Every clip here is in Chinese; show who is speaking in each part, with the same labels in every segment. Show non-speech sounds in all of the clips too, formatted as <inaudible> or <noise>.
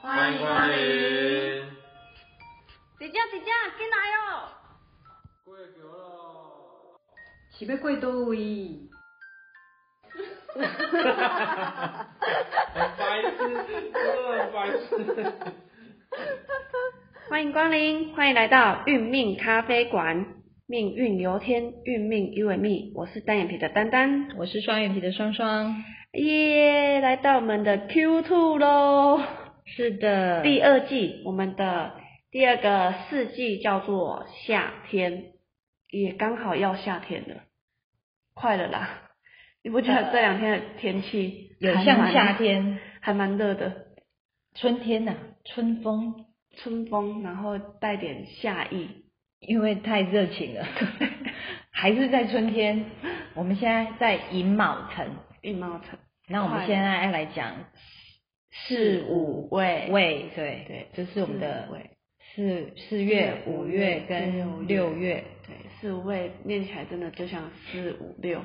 Speaker 1: 欢迎光临。
Speaker 2: 姐姐姐姐，进来哟、
Speaker 1: 过桥咯！
Speaker 3: 是要过倒位？
Speaker 1: 很白痴，真的很白痴。
Speaker 2: 欢迎光临，欢迎来到运命咖啡馆。命运由天，运命由命。我是单眼皮的丹丹，
Speaker 3: 我是双眼皮的双双。
Speaker 2: 嗯耶、来到我们的 Q Two 喽，
Speaker 3: 是的
Speaker 2: 第二季，我们的第二个四季叫做夏天，也刚好要夏天了，快了啦！你不觉得这两天的天气
Speaker 3: 有
Speaker 2: 还
Speaker 3: 像
Speaker 2: 蛮
Speaker 3: 夏，天、
Speaker 2: 还蛮热的，
Speaker 3: 春天呐、春风，
Speaker 2: 春风，然后带点夏意，
Speaker 3: 因为太热情了， <laughs> 还是在春天。我们现在在寅卯辰，
Speaker 2: 一毛城
Speaker 3: 那我们现在要来讲四五
Speaker 2: 味
Speaker 3: 位，对
Speaker 2: 对
Speaker 3: 就是我们的
Speaker 2: 四五味
Speaker 3: 四四月、
Speaker 2: 四
Speaker 3: 五月
Speaker 2: 六
Speaker 3: 跟六月。
Speaker 2: 对，四五位念起来真的就像四五六，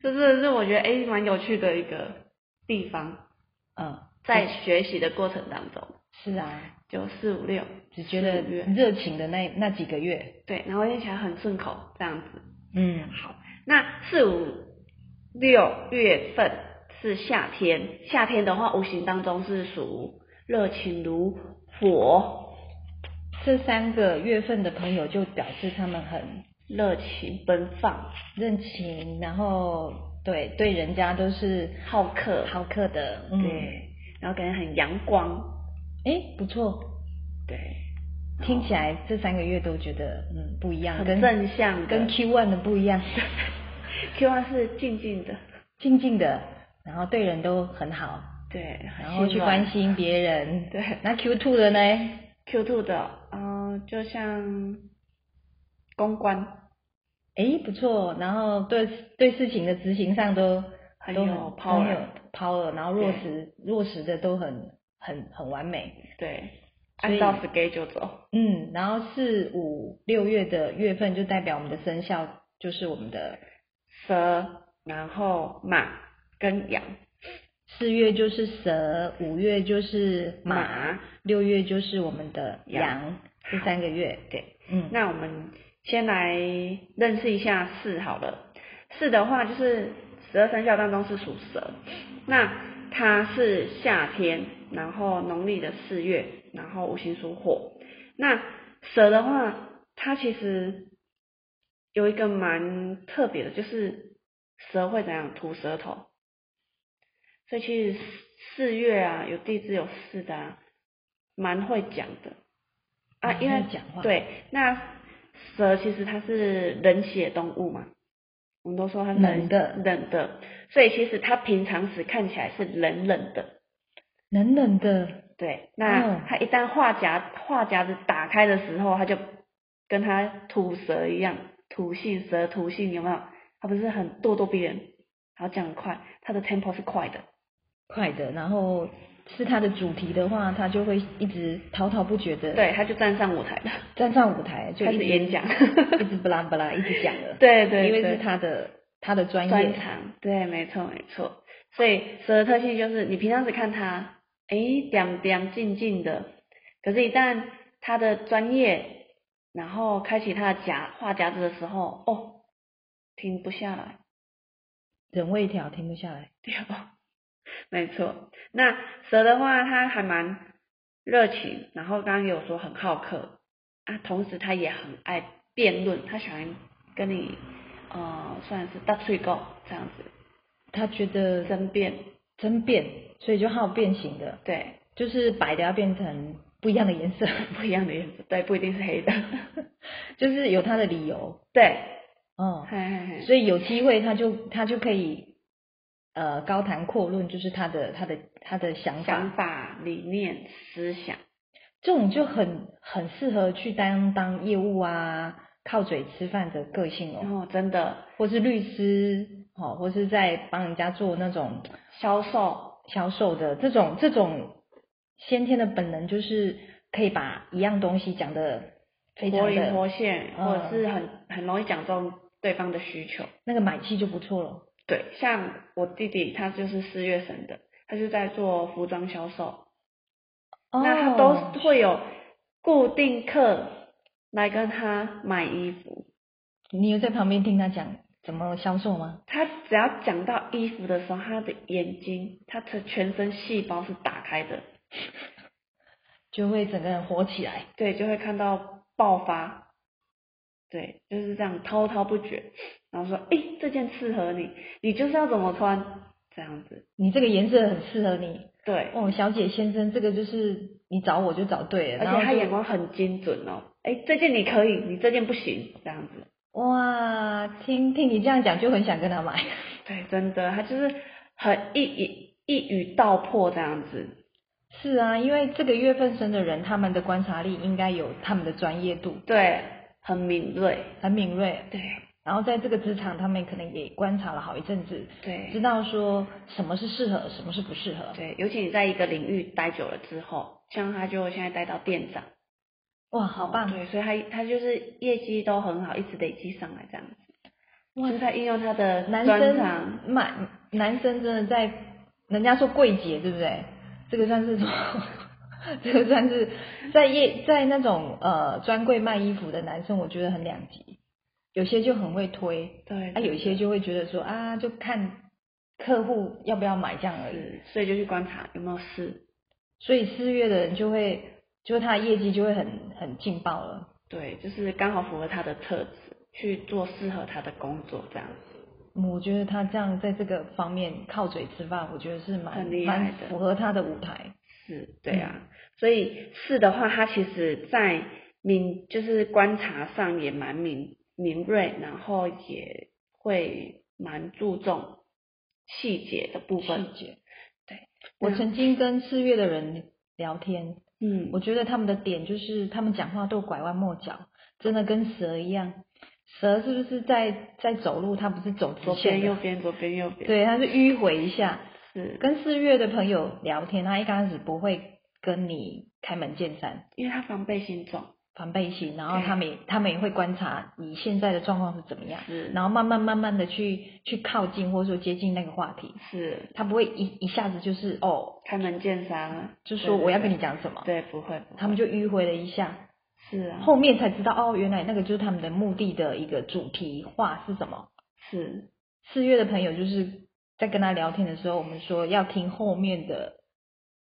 Speaker 2: 这真的是我觉得诶蛮有趣的一个地方，
Speaker 3: 嗯，
Speaker 2: 在学习的过程当中，
Speaker 3: 是啊，
Speaker 2: 就四五六，
Speaker 3: 只觉得
Speaker 2: 四五月
Speaker 3: 热情的那那几个月，
Speaker 2: 对，然后念起来很顺口这样子。
Speaker 3: 嗯，
Speaker 2: 好，那四五六月份是夏天，夏天的话无形当中是属热情如火，
Speaker 3: 这三个月份的朋友就表示他们很
Speaker 2: 热情奔放，
Speaker 3: 热情，然后对对人家都是
Speaker 2: 好客，
Speaker 3: 好客的，嗯，
Speaker 2: 对，然后感觉很阳光，
Speaker 3: 哎，不错，
Speaker 2: 对，
Speaker 3: 听起来这三个月都觉得嗯不一样，
Speaker 2: 很
Speaker 3: 跟
Speaker 2: 正向的，
Speaker 3: 跟 Q one 的不一样， <laughs>
Speaker 2: Q 二是静静的，
Speaker 3: 静静的，然后对人都很好，
Speaker 2: 对，
Speaker 3: 然后去关心别人，
Speaker 2: 对
Speaker 3: 那 Q two 的呢？
Speaker 2: Q two 的，嗯、就像公关
Speaker 3: 哎，不错，然后对对事情的执行上都
Speaker 2: 很
Speaker 3: 都
Speaker 2: 有
Speaker 3: 很
Speaker 2: power
Speaker 3: 很有 power，然后落
Speaker 2: 对
Speaker 3: 实落实的都很很很完美，
Speaker 2: 对，
Speaker 3: 所
Speaker 2: 按
Speaker 3: 以
Speaker 2: 照 schedule 走，
Speaker 3: 嗯，然后四五六月的月份就代表我们的生肖就是我们的
Speaker 2: 蛇，然后马跟羊，
Speaker 3: 四月就是蛇，五月就是马，
Speaker 2: 马
Speaker 3: 六月就是我们的
Speaker 2: 羊
Speaker 3: 羊，这三个月，
Speaker 2: 对，
Speaker 3: 嗯，
Speaker 2: 那我们先来认识一下四好了。四的话就是十二生肖当中是属蛇，那它是夏天，然后农历的四月，然后五行属火。那蛇的话，它其实有一个蛮特别的，就是蛇会怎样吐舌头，所以其实四月啊，有地支有四的、啊，蛮会讲的啊，
Speaker 3: 蛮
Speaker 2: 因为
Speaker 3: 会讲话
Speaker 2: 对，那蛇其实它是冷血动物嘛，我们都说它
Speaker 3: 冷的
Speaker 2: 冷的，所以其实它平常时看起来是冷冷的，
Speaker 3: 冷冷的，
Speaker 2: 对，那
Speaker 3: 嗯
Speaker 2: 它一旦话匣话匣子打开的时候，它就跟它吐舌一样，吐信蛇吐信有没有？它不是很咄咄逼人，然后讲很快，它的 tempo 是快的。
Speaker 3: 快的，然后是它的主题的话，它就会一直滔滔不绝的，，
Speaker 2: 对，他就站上舞台了，
Speaker 3: 站上舞台就
Speaker 2: 开
Speaker 3: 一
Speaker 2: 始
Speaker 3: 直
Speaker 2: 演讲
Speaker 3: 一直巴拉巴拉一直讲了，
Speaker 2: 对 <laughs> 对
Speaker 3: 因为
Speaker 2: 对
Speaker 3: 是他的他的专
Speaker 2: 专
Speaker 3: 业，
Speaker 2: 场，对，没错没错。所以蛇的特性就是，你平常只看他，诶，点点静静的，可是，一旦他的专业，然后开启他的夹话夹子的时候，哦，停不下来。
Speaker 3: 人微调停不下来，
Speaker 2: 对哦， <laughs> 没错。那蛇的话，它还蛮热情，然后刚刚有说很好客啊，同时它也很爱辩论，它喜欢跟你呃算是大吹狗这样子
Speaker 3: 他觉得
Speaker 2: 争辩，
Speaker 3: 争辩，所以就好变形的，
Speaker 2: 对，
Speaker 3: 就是白的要变成不一样的颜色， <laughs>
Speaker 2: 不一样的颜色，对，不一定是黑的，
Speaker 3: 就是有他的理由，
Speaker 2: 对，
Speaker 3: 哦，
Speaker 2: <laughs> 嘿嘿嘿，
Speaker 3: 所以有机会他就他就可以呃高谈阔论，就是他的他的他的想法，
Speaker 2: 想法、理念、思想，
Speaker 3: 这种就很很适合去担当业务啊，靠嘴吃饭的个性
Speaker 2: 嗯然
Speaker 3: 哦，
Speaker 2: 后真的
Speaker 3: 或是律师哦，或是在帮人家做那种
Speaker 2: 销售，
Speaker 3: 销售的这种这种先天的本能，就是可以把一样东西讲的非
Speaker 2: 活
Speaker 3: 常
Speaker 2: 灵活
Speaker 3: 的
Speaker 2: 现，
Speaker 3: 嗯
Speaker 2: 或者是很很容易讲中对方的需求。
Speaker 3: 那个买气就不错了。
Speaker 2: 对，像我弟弟他就是四月生的，他就在做服装销售，那他都
Speaker 3: 哦
Speaker 2: 会有固定客来跟他买衣服。
Speaker 3: 你有在旁边听他讲怎么销售吗？
Speaker 2: 他只要讲到衣服的时候，他的眼睛，他的全身细胞是打开的，
Speaker 3: 就会整个人火起来。
Speaker 2: 对，就会看到爆发，对，就是这样滔滔不绝，然后说，诶、这件适合你，你就是要怎么穿，这样子，
Speaker 3: 你这个颜色很适合你
Speaker 2: 对，
Speaker 3: 哦，小姐先生，这个就是你找我就找对了。
Speaker 2: 而
Speaker 3: 然后
Speaker 2: 且他
Speaker 3: 就
Speaker 2: 眼光很精准哦，诶、这件你可以，你这件不行，这样子，
Speaker 3: 哇，听听你这样讲就很想跟他买。 <laughs>
Speaker 2: 对，真的，他就是很一一一语道破这样子，
Speaker 3: 是啊，因为这个月份生的人，他们的观察力应该有他们的专业度，
Speaker 2: 对，很敏锐，
Speaker 3: 很敏锐。
Speaker 2: 对
Speaker 3: 然后在这个职场，他们可能也观察了好一阵子，
Speaker 2: 对
Speaker 3: 知道说什么是适合，什么是不适合。
Speaker 2: 对，尤其你在一个领域待久了之后，像他就现在待到店长，
Speaker 3: 哇，好棒！
Speaker 2: 对，所以他他就是业绩都很好，一直累积上来这样子。
Speaker 3: 哇
Speaker 2: 就是他应用他的
Speaker 3: 男
Speaker 2: 专长，
Speaker 3: 生买，男生真的在，人家说柜姐对不对？这个
Speaker 2: <laughs>
Speaker 3: 算是什么？这个算是在业在那种呃专柜卖衣服的男生，我觉得很两极，有些就很会推，
Speaker 2: 对，
Speaker 3: 啊，有一些就会觉得说啊，就看客户要不要买这样而已。
Speaker 2: 是，所以就去观察有没有事。
Speaker 3: 所以四月的人就会，就是他的业绩就会很很劲爆了。
Speaker 2: 对，就是刚好符合他的特质，去做适合他的工作，这样子。
Speaker 3: 嗯我觉得他这样在这个方面靠嘴吃饭，我觉得是蛮
Speaker 2: 很厉害
Speaker 3: 蛮
Speaker 2: 的
Speaker 3: 符合他的舞台。
Speaker 2: 是，对啊。
Speaker 3: 嗯
Speaker 2: 所以是的话，他其实在敏，就是观察上也蛮敏敏锐，然后也会蛮注重细节的部分。
Speaker 3: 细节。
Speaker 2: 对，
Speaker 3: 我
Speaker 2: 那
Speaker 3: 曾经跟四月的人聊天，
Speaker 2: 嗯，
Speaker 3: 我觉得他们的点就是他们讲话都拐弯抹角，真的跟蛇一样。蛇是不是在在走路？它不是走直
Speaker 2: 左
Speaker 3: 线
Speaker 2: 边右
Speaker 3: 的，
Speaker 2: 边左边右边，
Speaker 3: 对，它是迂回一下。
Speaker 2: 是
Speaker 3: 跟四月的朋友聊天，他一开始不会跟你开门见山，
Speaker 2: 因为他防备心重，
Speaker 3: 防备心，然后
Speaker 2: 对
Speaker 3: 他们也他们也会观察你现在的状况是怎么样，
Speaker 2: 是
Speaker 3: 然后慢慢慢慢的去去靠近或者说接近那个话题，
Speaker 2: 是
Speaker 3: 他不会一一下子就是哦，
Speaker 2: 开门见山啊，
Speaker 3: 就
Speaker 2: 对
Speaker 3: 说
Speaker 2: 对
Speaker 3: 我要跟
Speaker 2: 对
Speaker 3: 你讲什么，
Speaker 2: 对，不会，不会
Speaker 3: 他们就迂回了一下，
Speaker 2: 是啊，
Speaker 3: 后面才知道哦，原来那个就是他们的目的的一个主题话是什么。
Speaker 2: 是
Speaker 3: 四月的朋友就是在跟他聊天的时候，我们说要听后面的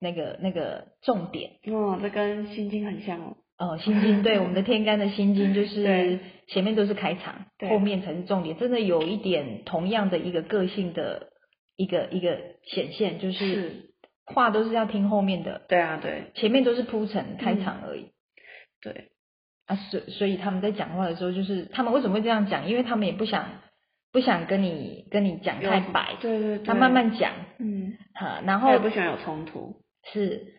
Speaker 3: 那个那个重点。
Speaker 2: 哦，这跟心经很像哦，
Speaker 3: 哦，心经对我们的天干的心经就
Speaker 2: 对
Speaker 3: 是前面都是开场，
Speaker 2: 对
Speaker 3: 后面才是重点。真的有一点同样的一个个性的一个一个显现，就是
Speaker 2: 是
Speaker 3: 话都是要听后面的，
Speaker 2: 对啊，对嗯
Speaker 3: 前面都是铺陈开场而已。
Speaker 2: 对，
Speaker 3: 啊，所所以他们在讲话的时候，就是他们为什么会这样讲？因为他们也不想不想跟你跟你讲太
Speaker 2: 有
Speaker 3: 白，
Speaker 2: 对对对，
Speaker 3: 他慢慢讲，
Speaker 2: 嗯，
Speaker 3: 哈，然
Speaker 2: 他
Speaker 3: 后
Speaker 2: 也不喜欢有冲突，
Speaker 3: 是，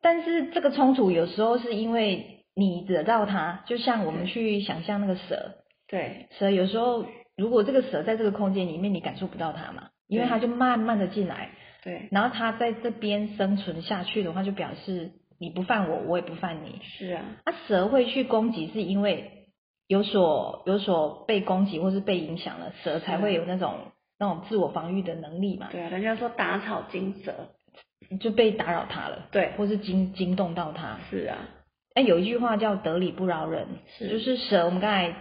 Speaker 3: 但是这个冲突有时候是因为你惹到他，就像我们去想象那个蛇，
Speaker 2: 对
Speaker 3: 蛇有时候如果这个蛇在这个空间里面，你感受不到它嘛，因为
Speaker 2: 对
Speaker 3: 它就慢慢的进来，
Speaker 2: 对
Speaker 3: 然后它在这边生存下去的话，就表示你不犯我，我也不犯你，
Speaker 2: 是啊，
Speaker 3: 啊，蛇会去攻击，是因为有所有所被攻击或是被影响了，蛇才会有那种那种自我防御的能力嘛，
Speaker 2: 对啊，人家说打草惊蛇，
Speaker 3: 就被打扰它了，
Speaker 2: 对
Speaker 3: 或是惊惊动到它。
Speaker 2: 是啊，
Speaker 3: 哎，有一句话叫“得理不饶人”，
Speaker 2: 是
Speaker 3: 就是蛇，我们刚才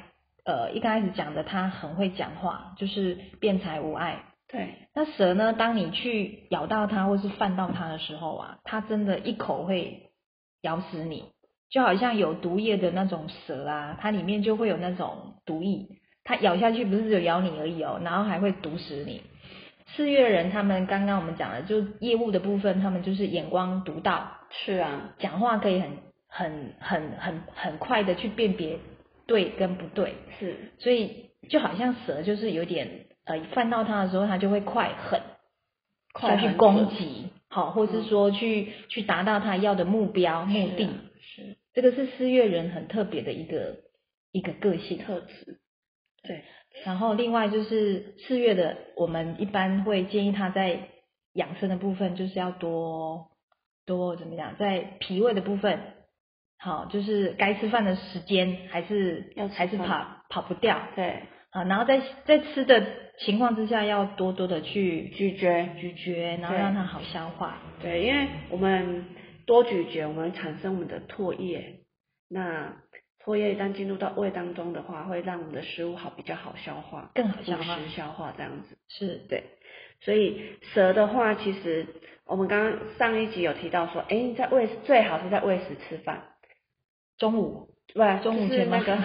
Speaker 3: 呃一开始讲的，它很会讲话，就是辩才无碍。
Speaker 2: 对
Speaker 3: 那蛇呢，当你去咬到它或是犯到它的时候啊，它真的一口会咬死你，就好像有毒液的那种蛇啊，它里面就会有那种毒液，它咬下去不是只有咬你而已哦，然后还会毒死你。四月人他们刚刚我们讲了，就业务的部分，他们就是眼光独到，
Speaker 2: 是啊，
Speaker 3: 讲话可以很很很很很快的去辨别对跟不对，
Speaker 2: 是
Speaker 3: 所以就好像蛇就是有点呃犯到它的时候，它就会快狠
Speaker 2: 快
Speaker 3: 下去
Speaker 2: 狠嗯
Speaker 3: 攻
Speaker 2: 准
Speaker 3: 击，好，或是说去、去达到它要的目标目的，
Speaker 2: 是啊
Speaker 3: 这个是四月人很特别的一个一个个性
Speaker 2: 是。特质，对
Speaker 3: 然后另外就是四月的，我们一般会建议他在养生的部分，就是要多多怎么讲，在脾胃的部分，好，就是该吃饭的时间还是
Speaker 2: 要吃饭
Speaker 3: 还是跑跑不掉
Speaker 2: 对，
Speaker 3: 啊。然后在在吃的情况之下，要多多的去
Speaker 2: 咀嚼
Speaker 3: 咀嚼，然后
Speaker 2: 对
Speaker 3: 让它好消化。
Speaker 2: 对，因为我们多咀嚼，我们会产生我们的唾液。那唾液一旦进入到胃当中的话，会让我们的食物好比较好消化，
Speaker 3: 更好消化
Speaker 2: 腐蚀消化这样子。
Speaker 3: 是
Speaker 2: 对，所以蛇的话，其实我们刚刚上一集有提到说，哎，你在喂最好是在喂食吃饭，
Speaker 3: 中午
Speaker 2: 不然
Speaker 3: 中午
Speaker 2: 就是
Speaker 3: 前吗
Speaker 2: 那个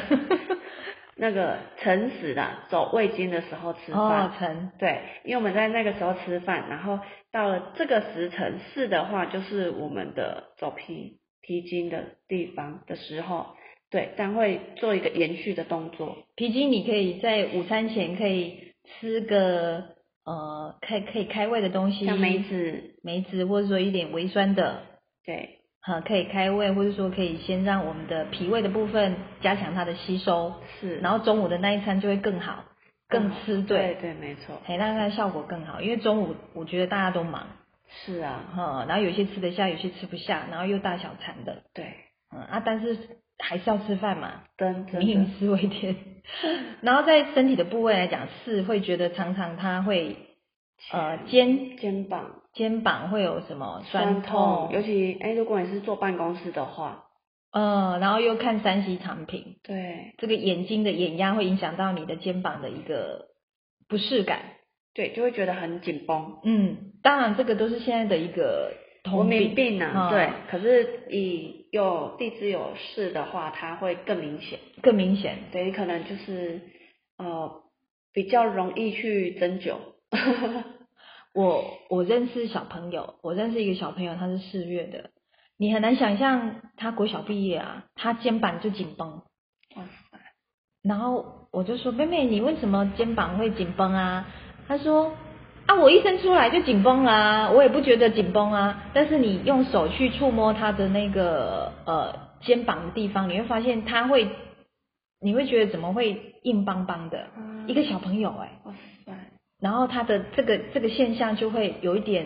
Speaker 3: <laughs>
Speaker 2: 那个诚实啦，走胃经的时候吃饭。
Speaker 3: 哦，晨
Speaker 2: 对，因为我们在那个时候吃饭，然后到了这个时辰四的话，就是我们的走脾脾经的地方的时候，对，但会做一个延续的动作，
Speaker 3: 皮筋，你可以在午餐前可以吃个呃开可以开胃的东西，
Speaker 2: 像梅、子，
Speaker 3: 梅子或者说一点微酸的，
Speaker 2: 对，
Speaker 3: 哈、可以开胃，或者说可以先让我们的脾胃的部分加强它的吸收，
Speaker 2: 是，
Speaker 3: 然后中午的那一餐就会更好，更吃
Speaker 2: 嗯对对，
Speaker 3: 对，
Speaker 2: 没错，
Speaker 3: 哎、那它的效果更好，因为中午我觉得大家都忙，
Speaker 2: 是啊，
Speaker 3: 哈、然后有些吃得下，有些吃不下，然后又大小餐的，
Speaker 2: 对，
Speaker 3: 嗯啊，但是还是要吃饭嘛，
Speaker 2: 真真的
Speaker 3: 民以食为
Speaker 2: <laughs>
Speaker 3: 天。然后在身体的部位来讲，是会觉得常常它会呃肩
Speaker 2: 肩膀
Speaker 3: 肩膀会有什么酸
Speaker 2: 酸
Speaker 3: 痛，
Speaker 2: 尤其哎，如果你是坐办公室的话，
Speaker 3: 嗯、然后又看三 C 产品，
Speaker 2: 对
Speaker 3: 这个眼睛的眼压会影响到你的肩膀的一个不适感。
Speaker 2: 对，就会觉得很紧绷。
Speaker 3: 嗯，当然这个都是现在的一个
Speaker 2: 文
Speaker 3: 通
Speaker 2: 明
Speaker 3: 病。
Speaker 2: 病啊，
Speaker 3: 嗯
Speaker 2: 对。可是以有地支有事的话，它会更明显，
Speaker 3: 更明显，
Speaker 2: 对，可能就是呃比较容易去针灸，
Speaker 3: 我我认识小朋友，我认识一个小朋友，他是四月的，你很难想象他国小毕业啊，他肩膀就紧绷，
Speaker 2: 哇塞，
Speaker 3: 然后我就说：“妹妹，你为什么肩膀会紧绷啊？”她说：“啊，我一生出来就紧绷啊，我也不觉得紧绷啊。但是你用手去触摸她的那个呃肩膀的地方，你会发现她会，你会觉得怎么会硬邦邦的？
Speaker 2: 啊
Speaker 3: 一个小朋友哎、
Speaker 2: 哇塞，
Speaker 3: 然后她的这个这个现象就会有一点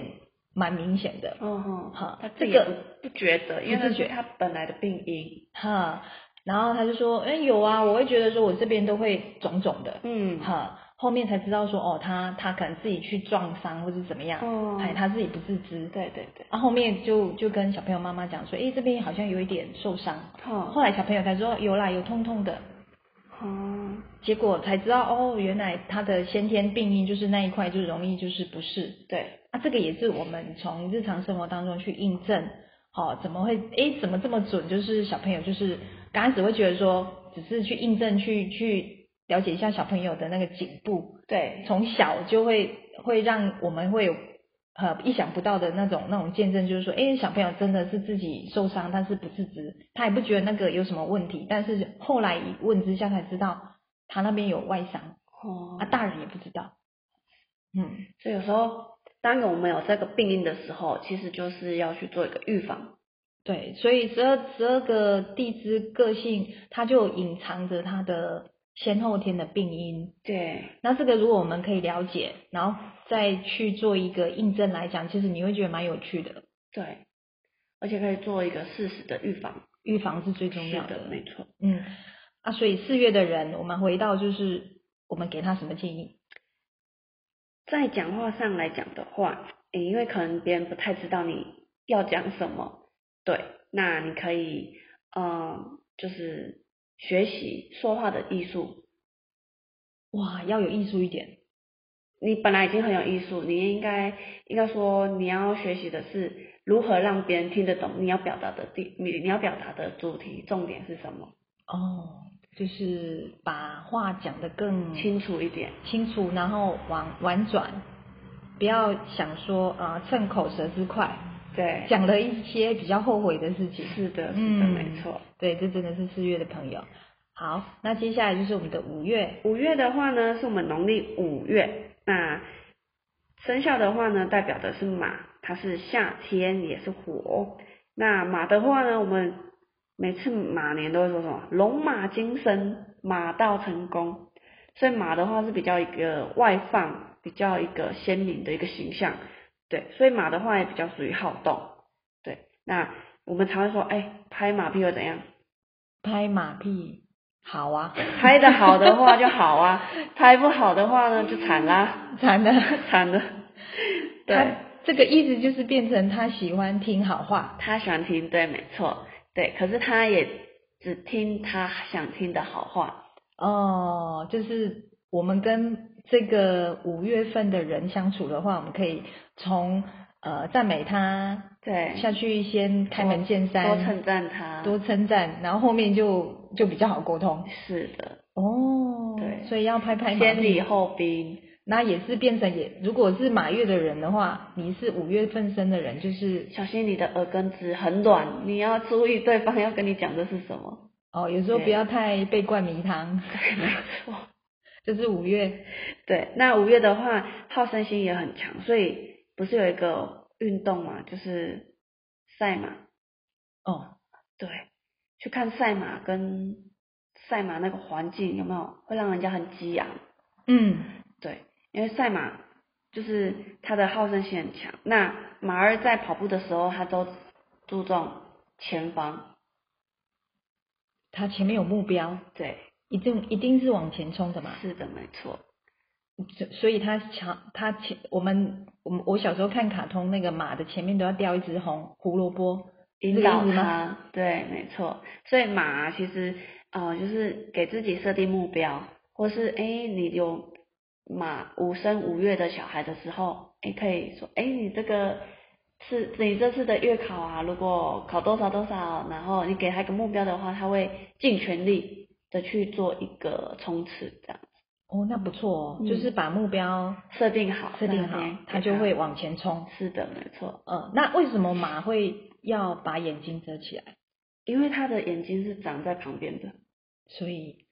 Speaker 3: 蛮明显的。
Speaker 2: 哦吼，
Speaker 3: 好
Speaker 2: 他自己也
Speaker 3: 这个
Speaker 2: 不不觉得，因为
Speaker 3: 不
Speaker 2: 那
Speaker 3: 自
Speaker 2: 是
Speaker 3: 觉
Speaker 2: 他本来的病因，
Speaker 3: 哈，然后他就说，嗯，有啊，我会觉得说我这边都会肿肿的，
Speaker 2: 嗯，
Speaker 3: 哈，后面才知道说，哦，他他可能自己去撞伤或是怎么样，
Speaker 2: 哦
Speaker 3: 哎，他自己不自知，
Speaker 2: 对对对，
Speaker 3: 啊，后面就就跟小朋友妈妈讲说，诶，这边好像有一点受伤，
Speaker 2: 好，
Speaker 3: 后来小朋友才说有啦，有痛痛的，
Speaker 2: 哦，
Speaker 3: 结果才知道哦，原来他的先天病因就是那一块就容易就是不适，
Speaker 2: 对，
Speaker 3: 啊，这个也是我们从日常生活当中去印证，好、怎么会诶，怎么这么准？就是小朋友就是刚开始会觉得说，只是去印证去去了解一下小朋友的那个颈部，
Speaker 2: 对，
Speaker 3: 从小就会会让我们会有呃意想不到的那种那种见证，就是说，哎，小朋友真的是自己受伤，但是不自知，他也不觉得那个有什么问题，但是后来一问之下才知道他那边有外伤，
Speaker 2: 哦
Speaker 3: 啊，，大人也不知道，嗯，
Speaker 2: 所以有时候当我们有这个病因的时候，其实就是要去做一个预防，
Speaker 3: 对，所以十二十二个地支个性，它就隐藏着它的先后天的病因，
Speaker 2: 对，
Speaker 3: 那这个如果我们可以了解，然后再去做一个印证来讲，其实你会觉得蛮有趣的。
Speaker 2: 对，而且可以做一个适时的预防。
Speaker 3: 预防是最重
Speaker 2: 是
Speaker 3: 要
Speaker 2: 的，没错。
Speaker 3: 嗯，啊，所以四月的人，我们回到就是我们给他什么建议？
Speaker 2: 在讲话上来讲的话，诶因为可能别人不太知道你要讲什么，对，那你可以，呃，就是学习说话的艺术。
Speaker 3: 哇，要有艺术一点，
Speaker 2: 你本来已经很有艺术，你应该应该说你要学习的是如何让别人听得懂你要表达的地，你你要表达的主题重点是什么，
Speaker 3: 哦，就是把话讲得更
Speaker 2: 清楚一点。
Speaker 3: 清楚，然后婉婉转，不要想说啊、呃趁口舌之快，
Speaker 2: 对，
Speaker 3: 讲了一些比较后悔的事情。
Speaker 2: 是的，是的，
Speaker 3: 嗯
Speaker 2: 没错。
Speaker 3: 对，这真的是四月的朋友。好，那接下来就是我们的五月，
Speaker 2: 五月的话呢，是我们农历五月。那生肖的话呢，代表的是马，它是夏天，也是火。那马的话呢，我们每次马年都会说什么“龙马精神，马到成功”，所以马的话是比较一个外放、比较一个鲜明的一个形象。对，所以马的话也比较属于好动。对，那我们常会说，哎、拍马屁会怎样？
Speaker 3: 拍马屁，好啊， <laughs>
Speaker 2: 拍的好的话就好啊，拍不好的话呢就惨啦，
Speaker 3: 惨了。
Speaker 2: 惨的。对
Speaker 3: 他这个意思就是变成他喜欢听好话，
Speaker 2: 他喜欢听，对，没错，对。可是他也只听他想听的好话，
Speaker 3: 哦，就是我们跟这个五月份的人相处的话，我们可以从呃赞美他
Speaker 2: 对，
Speaker 3: 下去，先开门见山，
Speaker 2: 多称赞他，
Speaker 3: 多称赞，然后后面就就比较好沟通。
Speaker 2: 是的，
Speaker 3: 哦，
Speaker 2: 对
Speaker 3: 所以要拍拍马
Speaker 2: 先
Speaker 3: 屁
Speaker 2: 礼后兵，
Speaker 3: 那也是变成也，如果是马月的人的话，你是五月份生的人，就是
Speaker 2: 小心你的耳根子很软，你要注意对方要跟你讲的是什么。
Speaker 3: 哦，有时候
Speaker 2: 对
Speaker 3: 不要太被灌迷汤， <laughs> 就是五月
Speaker 2: 对，那五月的话，好胜心也很强，所以不是有一个运动嘛，就是赛马，
Speaker 3: 哦，
Speaker 2: 对，去看赛马跟赛马那个环境有没有会让人家很激昂？
Speaker 3: 嗯，
Speaker 2: 对，因为赛马就是它的好胜心很强。那马儿在跑步的时候，它都注重前方，
Speaker 3: 他前面有目标，
Speaker 2: 对，
Speaker 3: 一定一定是往前冲的嘛，
Speaker 2: 是的，没错，
Speaker 3: 所所以他强他前我们我们我小时候看卡通那个马的前面都要吊一只红胡萝卜，
Speaker 2: 引导
Speaker 3: 这个意思
Speaker 2: 它，对，没错。所以马啊其实呃，就是给自己设定目标，或是诶你有马五生五月的小孩的时候，诶可以说诶你这个。是你这次的月考啊，如果考多少多少，然后你给他一个目标的话，他会尽全力的去做一个冲刺，这样
Speaker 3: 哦，那不错哦，
Speaker 2: 嗯
Speaker 3: 就是把目标
Speaker 2: 设定好，
Speaker 3: 设定好
Speaker 2: 在那边，
Speaker 3: 他就会。往前冲。
Speaker 2: 是的，没错，
Speaker 3: 呃，那为什么马会要把眼睛遮起来？
Speaker 2: 因为他的眼睛是长在旁边的，
Speaker 3: 所以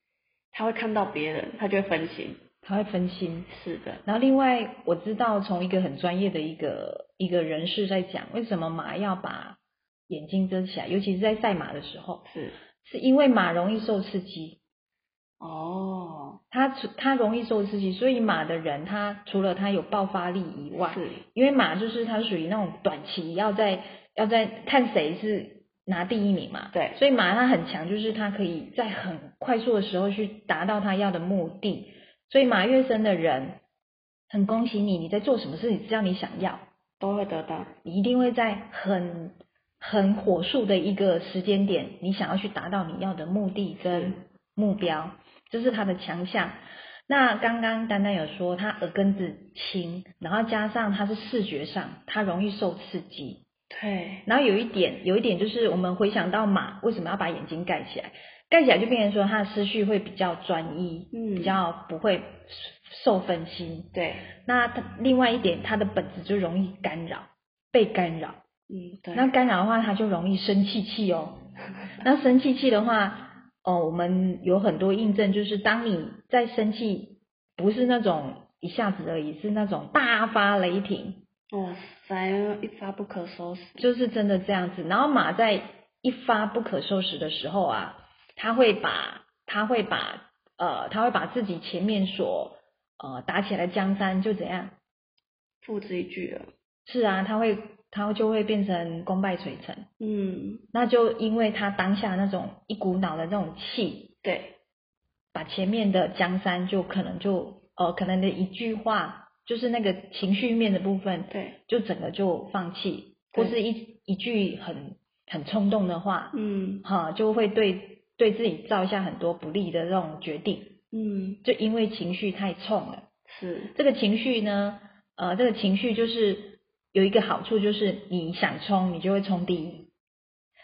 Speaker 2: 他会看到别人，他就会分心。
Speaker 3: 他会分心。
Speaker 2: 是的，
Speaker 3: 然后另外，我知道从一个很专业的一个一个人士在讲，为什么马要把眼睛遮起来，尤其是在赛马的时候，
Speaker 2: 是
Speaker 3: 是因为马容易受刺激，
Speaker 2: 哦，
Speaker 3: 它除它容易受刺激，所以马的人他除了他有爆发力以外，
Speaker 2: 是
Speaker 3: 因为马就是它属于那种短期要在要在看谁是拿第一名嘛，
Speaker 2: 对
Speaker 3: 所以马它很强，就是它可以在很快速的时候去达到它要的目的。所以马月生的人，很恭喜你，你在做什么事，你知道你想要，
Speaker 2: 都会得到。
Speaker 3: 你一定会在很很火速的一个时间点，你想要去达到你要的目的跟目标，这是他的强项。那刚刚丹丹有说他耳根子轻，然后加上他是视觉上，他容易受刺激，
Speaker 2: 对，
Speaker 3: 然后有一点，有一点就是我们回想到马为什么要把眼睛盖起来，盖起来就变成说他的思绪会比较专一，
Speaker 2: 嗯
Speaker 3: 比较不会受分心。
Speaker 2: 对，
Speaker 3: 那他另外一点，他的本质就容易干扰，被干扰。
Speaker 2: 嗯，对，
Speaker 3: 那干扰的话，他就容易生气
Speaker 2: <laughs>
Speaker 3: 气哦。那生气气的话，哦，我们有很多印证，就是当你在生气，不是那种一下子而已，是那种大发雷霆，
Speaker 2: 哇塞，一发不可收拾。
Speaker 3: 就是真的这样子。然后马在一发不可收拾的时候啊，他会把他会把呃他会把自己前面所呃打起来的江山就怎样？
Speaker 2: 付之一炬了。
Speaker 3: 是啊，他会他就会变成功败垂成。
Speaker 2: 嗯，
Speaker 3: 那就因为他当下那种一股脑的那种气，
Speaker 2: 对，
Speaker 3: 把前面的江山就可能就呃可能的一句话，就是那个情绪面的部分，
Speaker 2: 对，
Speaker 3: 就整个就放弃，或
Speaker 2: 对
Speaker 3: 是一一句很很冲动的话，
Speaker 2: 嗯
Speaker 3: 哈，就会对对自己造下很多不利的这种决定，
Speaker 2: 嗯，
Speaker 3: 就因为情绪太冲了。
Speaker 2: 是，
Speaker 3: 这个情绪呢，呃，这个情绪就是有一个好处，就是你想冲，你就会冲第一。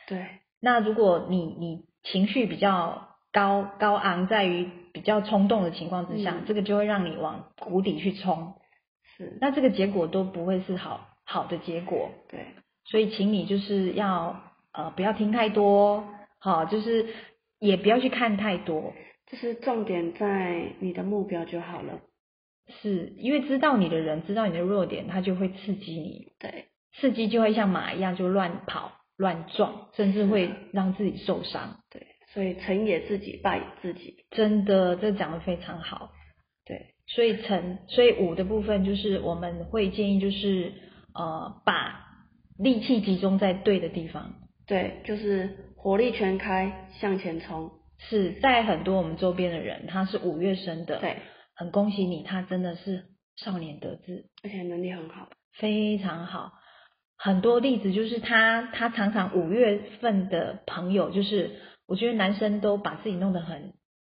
Speaker 2: 对，
Speaker 3: 那如果你你情绪比较高高昂，在于比较冲动的情况之下，
Speaker 2: 嗯
Speaker 3: 这个就会让你往谷底去冲，
Speaker 2: 是，
Speaker 3: 那这个结果都不会是好好的结果。
Speaker 2: 对，
Speaker 3: 所以，请你就是要呃不要听太多，好、就是也不要去看太多，
Speaker 2: 就是重点在你的目标就好了。
Speaker 3: 是因为知道你的人知道你的弱点，他就会刺激你，
Speaker 2: 对，
Speaker 3: 刺激就会像马一样就乱跑、乱撞，甚
Speaker 2: 是
Speaker 3: 至会
Speaker 2: 啊
Speaker 3: 让自己受伤。
Speaker 2: 对，所以成也自己，败也自己。
Speaker 3: 真的，这讲的非常好。
Speaker 2: 对，
Speaker 3: 所以成，所以五的部分就是我们会建议就是呃把力气集中在对的地方，
Speaker 2: 对，就是火力全开，向前冲。
Speaker 3: 是在很多我们周边的人，他是五月生的，
Speaker 2: 对，
Speaker 3: 很恭喜你，他真的是少年得志，
Speaker 2: 而且能力很好。
Speaker 3: 非常好。很多例子就是他，他常常五月份的朋友，就是我觉得男生都把自己弄得很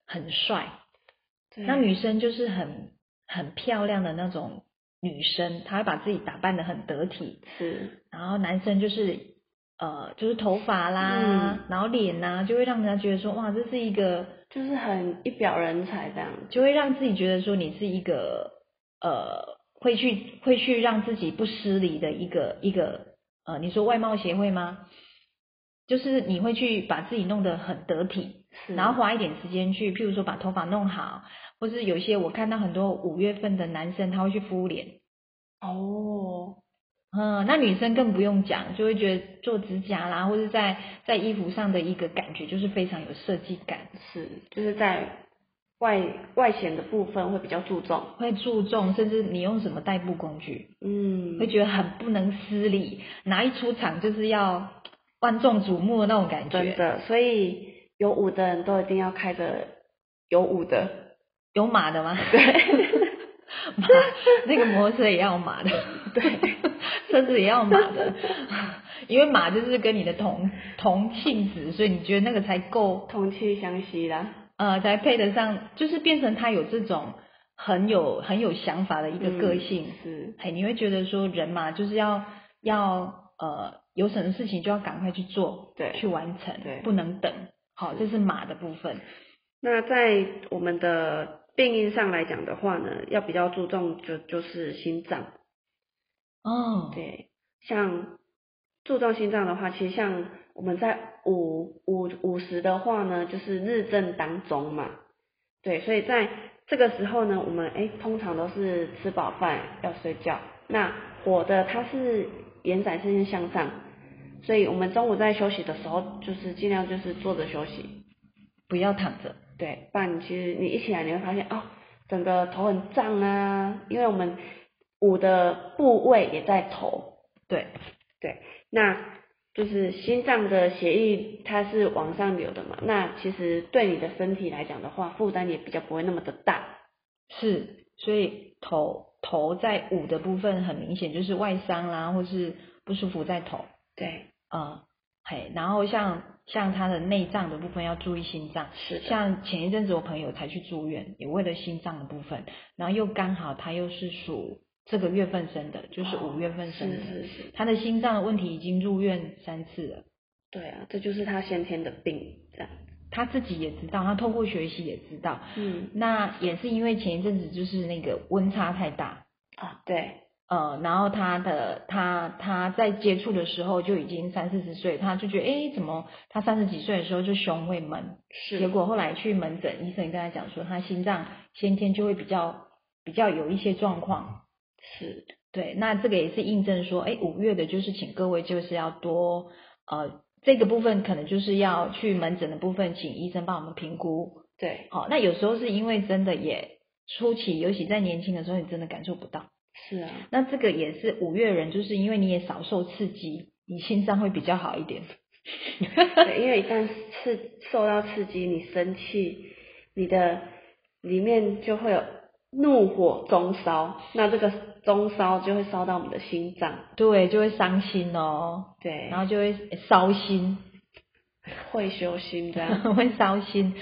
Speaker 3: 很帅，
Speaker 2: 对
Speaker 3: 那女生就是很很漂亮的那种女生，她会把自己打扮的很得体，
Speaker 2: 是
Speaker 3: 然后男生就是呃就是头发啦，
Speaker 2: 嗯
Speaker 3: 然后脸呐、就会让人家觉得说哇，这是一个，
Speaker 2: 就是很一表人才这样。
Speaker 3: 就会让自己觉得说你是一个呃会去会去让自己不失礼的一个一个呃，你说外貌协会吗？就是你会去把自己弄得很得体，
Speaker 2: 是，
Speaker 3: 然后花一点时间去，譬如说把头发弄好，或是有一些我看到很多五月份的男生他会去敷脸，
Speaker 2: 哦，
Speaker 3: 嗯，那女生更不用讲，就会觉得做指甲啦，或是在在衣服上的一个感觉就是非常有设计感，
Speaker 2: 是就是在外外显的部分会比较注重。
Speaker 3: 会注重，甚至你用什么代步工具，
Speaker 2: 嗯
Speaker 3: 会觉得很不能失礼，哪一出场就是要万众瞩目的那种感
Speaker 2: 真
Speaker 3: 觉，
Speaker 2: 的，所以有舞的人都一定要开着有舞的，
Speaker 3: 有码的吗？
Speaker 2: 对，
Speaker 3: <laughs> 马，那个摩托车也要马的，对， <laughs> 车子也要马的，因为马就是跟你的同同性质，所以你觉得那个才够，
Speaker 2: 同气相吸啦。
Speaker 3: 呃，才配得上，就是变成他有这种很有很有想法的一个个性，
Speaker 2: 嗯
Speaker 3: 哎、你会觉得说人嘛，就是要要呃，有什么事情就要赶快去做，
Speaker 2: 对
Speaker 3: 去完成，
Speaker 2: 对
Speaker 3: 不能等。好，这是马的部分，
Speaker 2: 那在我们的病因上来讲的话呢，要比较注重就就是心脏，
Speaker 3: 哦，
Speaker 2: 对，像注重心脏的话，其实像我们在五五五十的话呢，就是日正当中嘛，对，所以在这个时候呢，我们哎通常都是吃饱饭要睡觉。那火的它是延展线向上，所以我们中午在休息的时候，就是尽量就是坐着休息，
Speaker 3: 不要躺着，
Speaker 2: 对，不然你其实你一起来你会发现哦，整个头很胀啊，因为我们五的部位也在头，
Speaker 3: 对，
Speaker 2: 那就是心脏的血液它是往上流的嘛，那其实对你的身体来讲的话，负担也比较不会那么的大。
Speaker 3: 是，所以头头在五的部分很明显就是外伤啦，或是不舒服在头，
Speaker 2: 对，
Speaker 3: 呃，嘿，然后像像他的内脏的部分要注意心脏，
Speaker 2: 是的，
Speaker 3: 像前一阵子我朋友才去住院，也为了心脏的部分，然后又刚好他又是属这个月份生的，就是
Speaker 2: 哦
Speaker 3: 五月份生的，
Speaker 2: 是是是，
Speaker 3: 他的心脏的问题已经入院三次了，
Speaker 2: 对啊，这就是他先天的病，这样。
Speaker 3: 他自己也知道，他透过学习也知道，
Speaker 2: 嗯，
Speaker 3: 那也是因为前一阵子就是那个温差太大，
Speaker 2: 啊，对，
Speaker 3: 呃，然后他的他他在接触的时候就已经三四十岁，他就觉得诶，怎么他三十几岁的时候就胸会闷，
Speaker 2: 是
Speaker 3: 结果后来去门诊，医生跟他讲说他心脏先天就会比较比较有一些状况，
Speaker 2: 是
Speaker 3: 对，那这个也是印证说，诶，哎五月的就是请各位就是要多呃这个部分可能就是要去门诊的部分，请医生帮我们评估，
Speaker 2: 对，
Speaker 3: 好、那有时候是因为真的也初期，尤其在年轻的时候，你真的感受不到。
Speaker 2: 是啊，
Speaker 3: 那这个也是五月人，就是因为你也少受刺激，你心脏会比较好一点。
Speaker 2: 对，因为一旦刺受到刺激，你生气，你的里面就会有怒火中烧，那这个中烧就会烧到我们的心脏，
Speaker 3: 对，就会伤心哦，
Speaker 2: 对，
Speaker 3: 然后就会烧心，
Speaker 2: 会修心这 <laughs>
Speaker 3: <laughs>
Speaker 2: 样，
Speaker 3: 会烧心。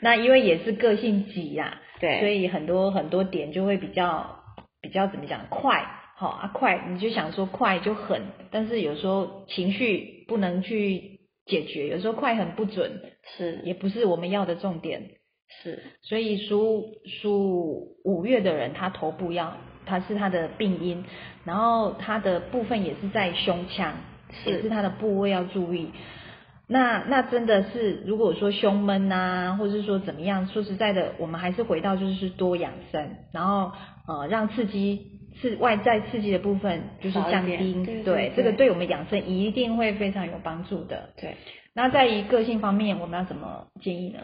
Speaker 3: 那因为也是个性急呀、
Speaker 2: 对，
Speaker 3: 所以很多很多点就会比较比较怎么讲快，好、啊快，你就想说快就狠，但是有时候情绪不能去解决，有时候快很不准，
Speaker 2: 是
Speaker 3: 也不是我们要的重点。
Speaker 2: 是
Speaker 3: 所以属属五月的人，他头部要，他是他的病因，然后他的部分也是在胸腔，
Speaker 2: 是
Speaker 3: 也是他的部位要注意。那那真的是，如果说胸闷呐、或者是说怎么样，说实在的，我们还是回到就是多养生，然后呃让刺激刺外在刺激的部分就是
Speaker 2: 少一
Speaker 3: 降低，
Speaker 2: 点对对
Speaker 3: 这个
Speaker 2: 对
Speaker 3: 对我们养生一定会非常有帮助的。
Speaker 2: 对。
Speaker 3: 那在于个性方面，我们要怎么建议呢？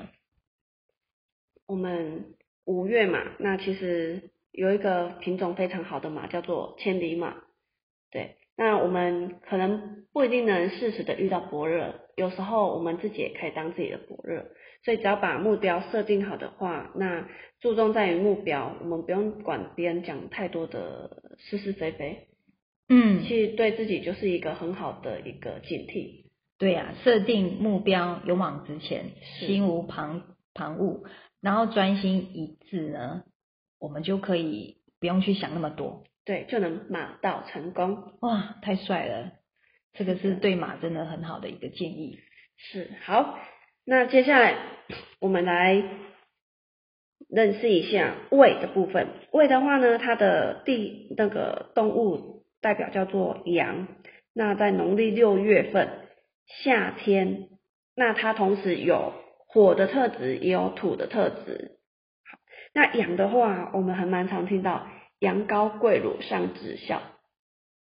Speaker 2: 我们五月嘛，那其实有一个品种非常好的马叫做千里马，对，那我们可能不一定能适时的遇到伯乐，有时候我们自己也可以当自己的伯乐。所以只要把目标设定好的话，那注重在于目标，我们不用管别人讲太多的是是非非，
Speaker 3: 嗯，
Speaker 2: 其实对自己就是一个很好的一个警惕。
Speaker 3: 对呀、设定目标，勇往直前，
Speaker 2: 是
Speaker 3: 心无旁旁骛，然后专心一致呢，我们就可以不用去想那么多。
Speaker 2: 对，就能马到成功。
Speaker 3: 哇，太帅了！这个是对马真的很好的一个建议。
Speaker 2: 是好，那接下来我们来认识一下胃的部分。胃的话呢，它的第那个动物代表叫做羊。那在农历六月份，夏天，那它同时有火的特质，也有土的特质。好，那羊的话，我们还蛮常听到“羊羔跪乳上直孝”，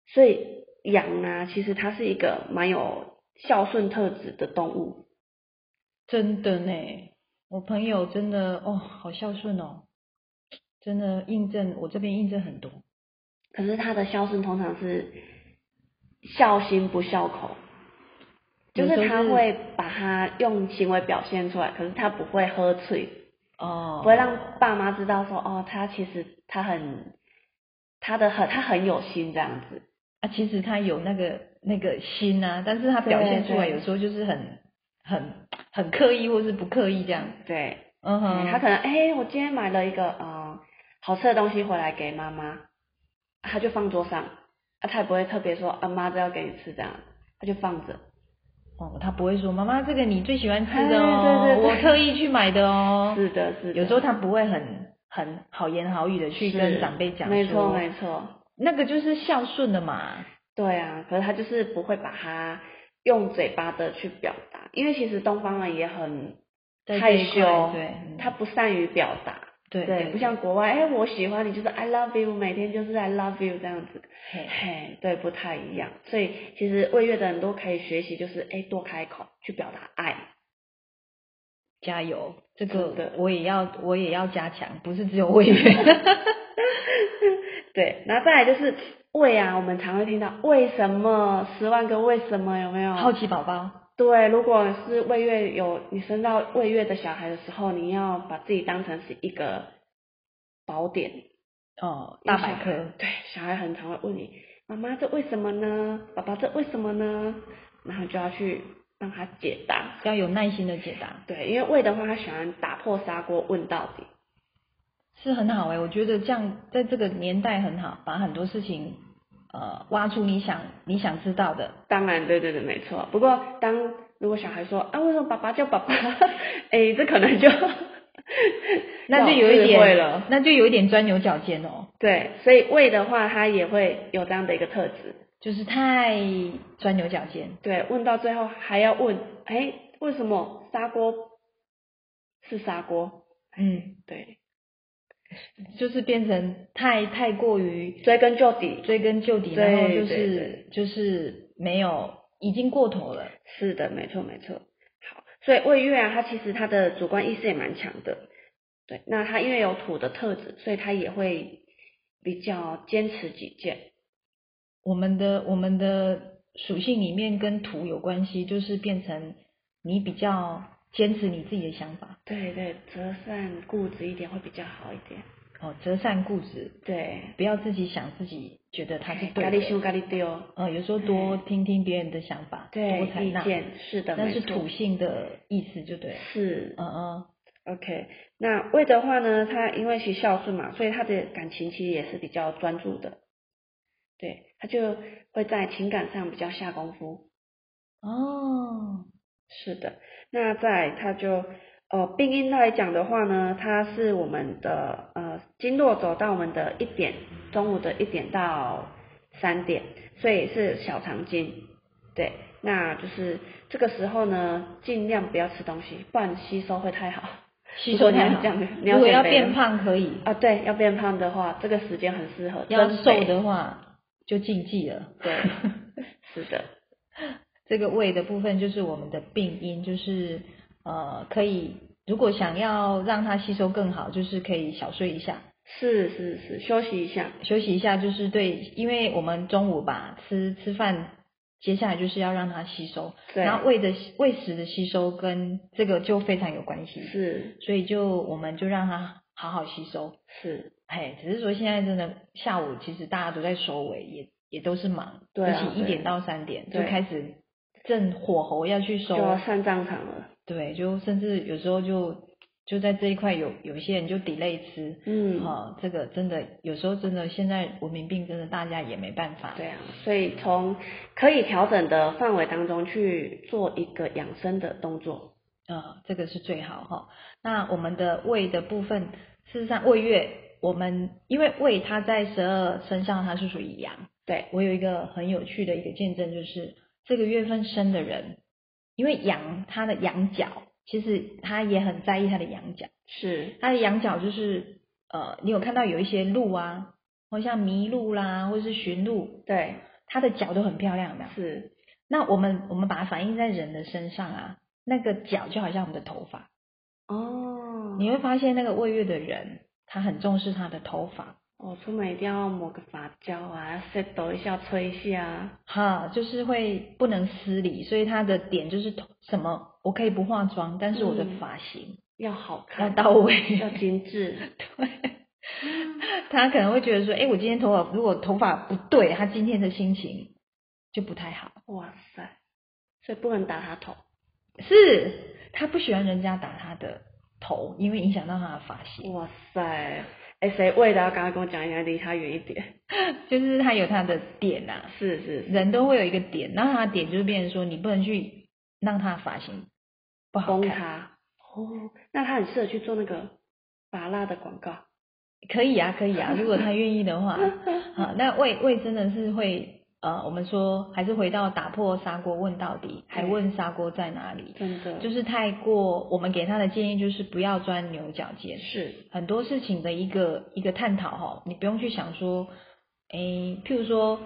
Speaker 2: 所以羊啊，其实它是一个蛮有孝顺特质的动物。
Speaker 3: 真的呢，我朋友真的哦，好孝顺哦，真的印证我这边印证很多。
Speaker 2: 可是它的孝顺通常是孝心不孝口，就
Speaker 3: 有时候
Speaker 2: 是他
Speaker 3: 是
Speaker 2: 会把它用行为表现出来，可是他不会喝醉，
Speaker 3: 哦，
Speaker 2: 不会让爸妈知道说哦，他其实他很他的很他很有心这样子。
Speaker 3: 啊，其实他有那个那个心啊，但是他表现出来
Speaker 2: 对对
Speaker 3: 有时候就是很很很刻意或是不刻意这样。
Speaker 2: 对，
Speaker 3: 嗯哼，
Speaker 2: 他可能哎、我今天买了一个呃好吃的东西回来给妈妈，他就放桌上，啊，他也不会特别说啊妈这要给你吃这样，他就放着。
Speaker 3: 哦，他不会说妈妈这个你最喜欢吃的哦，
Speaker 2: 哎对对对
Speaker 3: 我特意去买的哦。
Speaker 2: 是的，是的。
Speaker 3: 有时候他不会很很好言好语的去跟
Speaker 2: 是
Speaker 3: 长辈讲
Speaker 2: 没错
Speaker 3: 说
Speaker 2: 没错，
Speaker 3: 那个就是孝顺的嘛。
Speaker 2: 对啊，可是他就是不会把它用嘴巴的去表达，因为其实东方人也很
Speaker 3: 在
Speaker 2: 害
Speaker 3: 这一块
Speaker 2: 羞
Speaker 3: 对嗯，
Speaker 2: 他不善于表达，
Speaker 3: 对
Speaker 2: 不像国外，哎，我喜欢你就是 I love you，每天就是 I love you 这样子，
Speaker 3: 嘿
Speaker 2: 嘿，对，不太一样，所以其实未月的人都可以学习，就是哎多开口去表达爱，
Speaker 3: 加油，这
Speaker 2: 真的
Speaker 3: 个我也要我也要加强，不是只有我也
Speaker 2: <laughs> 对，然后再来就是为啊，我们常会听到为什么十万个为什么有没有？
Speaker 3: 好奇宝宝
Speaker 2: 对，如果是未月有你生到未月的小孩的时候，你要把自己当成是一个宝典，
Speaker 3: 哦，大
Speaker 2: 因
Speaker 3: 百
Speaker 2: 为小
Speaker 3: 科
Speaker 2: 孩。对，小孩很常会问你，妈妈这为什么呢？爸爸这为什么呢？然后就要去让他解答。
Speaker 3: 要有耐心的解答，
Speaker 2: 对，因为胃的话，他喜欢打破砂锅问到底。
Speaker 3: 是很好哎、我觉得这样在这个年代很好，把很多事情呃挖出你想你想知道的，
Speaker 2: 当然，对对对，没错。不过当如果小孩说啊，为什么爸爸叫爸爸？ <laughs> 哎，这可
Speaker 3: <laughs>
Speaker 2: 能就
Speaker 3: 那就
Speaker 2: 要
Speaker 3: 有一
Speaker 2: 智慧
Speaker 3: 点
Speaker 2: 了。
Speaker 3: 那就有一点钻牛角尖哦，
Speaker 2: 对，所以胃的话，它也会有这样的一个特质。
Speaker 3: 就是太钻牛角尖。
Speaker 2: 对，问到最后还要问，哎，为什么砂锅是砂锅？
Speaker 3: 嗯，
Speaker 2: 对，
Speaker 3: 就是变成太太过于
Speaker 2: 追根究底，
Speaker 3: 追根究底，
Speaker 2: 对
Speaker 3: 然后就
Speaker 2: 对
Speaker 3: 是就是没有已经过头了。
Speaker 2: 是的，没错没错。好，所以魏月啊，他其实他的主观意识也蛮强的。对，那他因为有土的特质，所以他也会比较坚持己见。
Speaker 3: 我们的我们的属性里面跟土有关系，就是变成你比较坚持你自己的想法，
Speaker 2: 对对，折善固执一点会比较好一点。
Speaker 3: 哦，择善固执，
Speaker 2: 对，
Speaker 3: 不要自己想自己觉得它是
Speaker 2: 哎咖喱
Speaker 3: 对的。
Speaker 2: 修咖喱丢，
Speaker 3: 呃，有时候多听听别人的想法，
Speaker 2: 对
Speaker 3: 多采
Speaker 2: 意
Speaker 3: 纳，
Speaker 2: 见是的，
Speaker 3: 那
Speaker 2: 没
Speaker 3: 是
Speaker 2: 错
Speaker 3: 土性的意思，就对了。
Speaker 2: 是
Speaker 3: 嗯嗯，
Speaker 2: OK，那魏的话呢，他因为是孝顺嘛，所以他的感情其实也是比较专注的，对，他就会在情感上比较下功夫。
Speaker 3: 哦，
Speaker 2: 是的，那在他就呃病因来讲的话呢，它是我们的呃经络走到我们的一点，中午的一点到三点，所以是小肠经。对，那就是这个时候呢，尽量不要吃东西，不然吸收会太好。
Speaker 3: 吸收太
Speaker 2: 如果
Speaker 3: 好
Speaker 2: 你要讲。你要
Speaker 3: 如果要
Speaker 2: 减肥
Speaker 3: 变胖可以，
Speaker 2: 啊，对，要变胖的话，这个时间很适合。
Speaker 3: 要
Speaker 2: 增
Speaker 3: 瘦
Speaker 2: 肥，
Speaker 3: 的话就禁忌了。
Speaker 2: 对，是的，
Speaker 3: <laughs> 这个胃的部分就是我们的病因，就是呃可以，如果想要让它吸收更好，就是可以小睡一下，
Speaker 2: 是是是，休息一下，
Speaker 3: 休息一下，就是对，因为我们中午吧吃吃饭，接下来就是要让它吸收，
Speaker 2: 对，
Speaker 3: <laughs> 然后胃的胃食的吸收跟这个就非常有关系，
Speaker 2: 是
Speaker 3: 所以就我们就让它好好吸收。
Speaker 2: 是，
Speaker 3: 嘿，只是说现在真的下午其实大家都在收尾，也也都是忙，
Speaker 2: 对啊
Speaker 3: 尤其一
Speaker 2: 对
Speaker 3: 点到三点就
Speaker 2: 对
Speaker 3: 开始正火候要去收
Speaker 2: 就，要上战场了，
Speaker 3: 对，就甚至有时候就就在这一块有有一些人就 delay 吃，
Speaker 2: 嗯，
Speaker 3: 哦，这个真的有时候真的，现在文明病真的大家也没办法。
Speaker 2: 对啊，所以从可以调整的范围当中去做一个养生的动作，
Speaker 3: 呃，这个是最好哈、那我们的胃的部分，事实上胃月，我们因为胃它在十二生肖它是属于阳。
Speaker 2: 对，
Speaker 3: 我有一个很有趣的一个见证，就是这个月份生的人，因为羊它的羊角，其实他也很在意他的羊角。
Speaker 2: 是
Speaker 3: 它的羊角就是呃，你有看到有一些鹿啊，好像麋鹿啦，或是驯鹿，
Speaker 2: 对，
Speaker 3: 它的脚都很漂亮的。
Speaker 2: 是
Speaker 3: 那我们我们把它反映在人的身上啊，那个脚就好像我们的头发，
Speaker 2: 哦，
Speaker 3: 你会发现那个未月的人，他很重视他的头发，
Speaker 2: 我哦出门一定要抹个发胶啊，再抖一下，吹一下啊，
Speaker 3: 哈，就是会不能失礼，所以他的点就是头什么，我可以不化妆，但是我的
Speaker 2: 嗯
Speaker 3: 发型、
Speaker 2: 要好
Speaker 3: 要
Speaker 2: 看，
Speaker 3: 到位，
Speaker 2: 要精 <laughs> 致，嗯
Speaker 3: 他可能会觉得说，哎，我今天头发如果头发不对，他今天的心情就不太好，
Speaker 2: 哇塞，所以不能打他头，
Speaker 3: 是他不喜欢人家打他的头，因为影响到他的发型。
Speaker 2: 哇塞，哎，谁为了要赶快跟我讲一下，离他远一点，
Speaker 3: 就是他有他的点呐、啊，
Speaker 2: 是是是，
Speaker 3: 人都会有一个点，那他的点就是变成说你不能去让他的发型不好
Speaker 2: 崩
Speaker 3: 看，
Speaker 2: 他，哦，那他很适合去做那个拔蜡的广告，
Speaker 3: 可以啊，可以啊，如果他愿意的话，好，那胃胃真的是会呃，我们说还是回到打破砂锅问到底，还问砂锅在哪里，
Speaker 2: 真的，
Speaker 3: 就是是太过我们给他的建议就是不要钻牛角尖，
Speaker 2: 是
Speaker 3: 很多事情的一个一个探讨哈，你不用去想说，诶，譬如说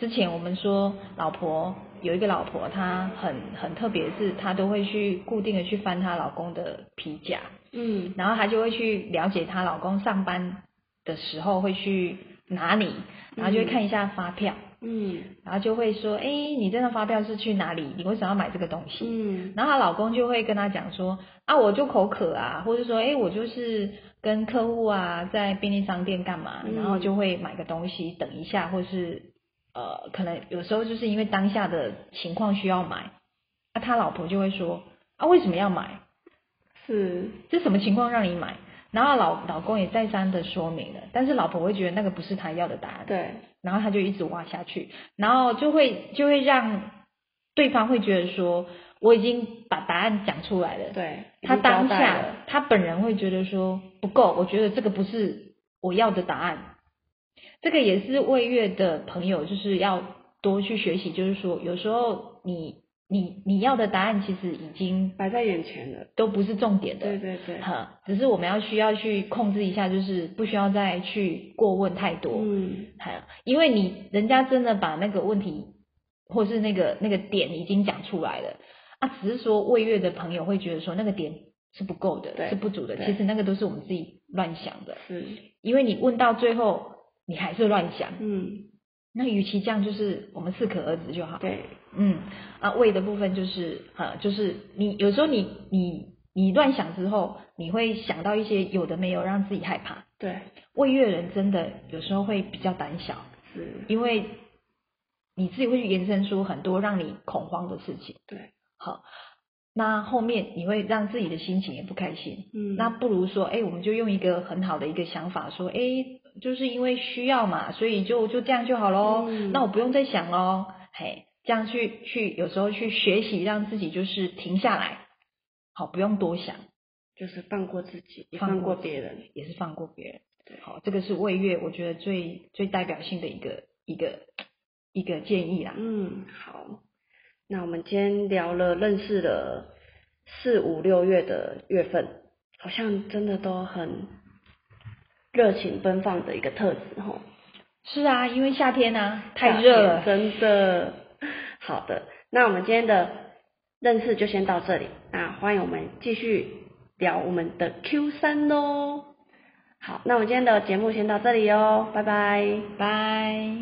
Speaker 3: 之前我们说老婆有一个老婆，她很很特别，是她都会去固定的去翻她老公的皮夹，
Speaker 2: 嗯，
Speaker 3: 然后她就会去了解她老公上班的时候会去哪里，然后就会看一下发票，
Speaker 2: 嗯
Speaker 3: 然后就会说，诶，你这张发票是去哪里？你为什么要买这个东西？
Speaker 2: 嗯，
Speaker 3: 然后她老公就会跟她讲说啊，我就口渴啊，或者说哎，我就是跟客户啊在便利商店干嘛，
Speaker 2: 嗯
Speaker 3: 然后就会买个东西等一下，或是呃，可能有时候就是因为当下的情况需要买，那、他老婆就会说啊，为什么要买？
Speaker 2: 是
Speaker 3: 这什么情况让你买？然后老老公也再三的说明了，但是老婆会觉得那个不是她要的答案，
Speaker 2: 对，
Speaker 3: 然后他就一直挖下去，然后就会就会让对方会觉得说，我已经把答案讲出来了，
Speaker 2: 对，
Speaker 3: 他
Speaker 2: 已经交
Speaker 3: 当
Speaker 2: 代
Speaker 3: 下
Speaker 2: 了
Speaker 3: 他本人会觉得说不够，我觉得这个不是我要的答案。这个也是魏月的朋友，就是要多去学习，就是说有时候你你你要的答案其实已经
Speaker 2: 摆在眼前了，
Speaker 3: 都不是重点的，
Speaker 2: 对对对，
Speaker 3: 哈，只是我们要需要去控制一下，就是不需要再去过问太多，
Speaker 2: 嗯，
Speaker 3: 还因为你人家真的把那个问题或是那个那个点已经讲出来了，啊，只是说魏月的朋友会觉得说那个点是不够的，
Speaker 2: 对
Speaker 3: 是不足的，
Speaker 2: 对
Speaker 3: 其实那个都是我们自己乱想的，
Speaker 2: 是，
Speaker 3: 因为你问到最后你还是乱想，
Speaker 2: 嗯，
Speaker 3: 那与其这样，就是我们适可而止就好。
Speaker 2: 对，
Speaker 3: 嗯，啊，胃的部分就是呃，就是你有时候你你你乱想之后，你会想到一些有的没有，让自己害怕。
Speaker 2: 对，
Speaker 3: 胃月人真的有时候会比较胆小，
Speaker 2: 是，
Speaker 3: 因为你自己会去延伸出很多让你恐慌的事情。
Speaker 2: 对，
Speaker 3: 好，那后面你会让自己的心情也不开心。
Speaker 2: 嗯，
Speaker 3: 那不如说，哎，我们就用一个很好的一个想法，说，哎，就是因为需要嘛，所以就就这样就好喽。
Speaker 2: 嗯
Speaker 3: 那我不用再想喽，嘿，这样去去有时候去学习，让自己就是停下来，好，不用多想，
Speaker 2: 就是放过自己，也
Speaker 3: 放
Speaker 2: 放
Speaker 3: 过
Speaker 2: 过
Speaker 3: 自己
Speaker 2: 别人，
Speaker 3: 也是放过别人。
Speaker 2: 对
Speaker 3: 好，这个是魏月，我觉得最最代表性的一个一个一个建议啦。
Speaker 2: 嗯，好，那我们今天聊了认识了四五六月的月份，好像真的都很热情奔放的一个特质吼，
Speaker 3: 是啊，因为夏天啊，
Speaker 2: 夏
Speaker 3: 太
Speaker 2: 天
Speaker 3: 热了。
Speaker 2: 真的。好的，那我们今天的认识就先到这里，那欢迎我们继续聊我们的 Q 三喽。好，那我们今天的节目先到这里哦，拜拜。
Speaker 3: 拜。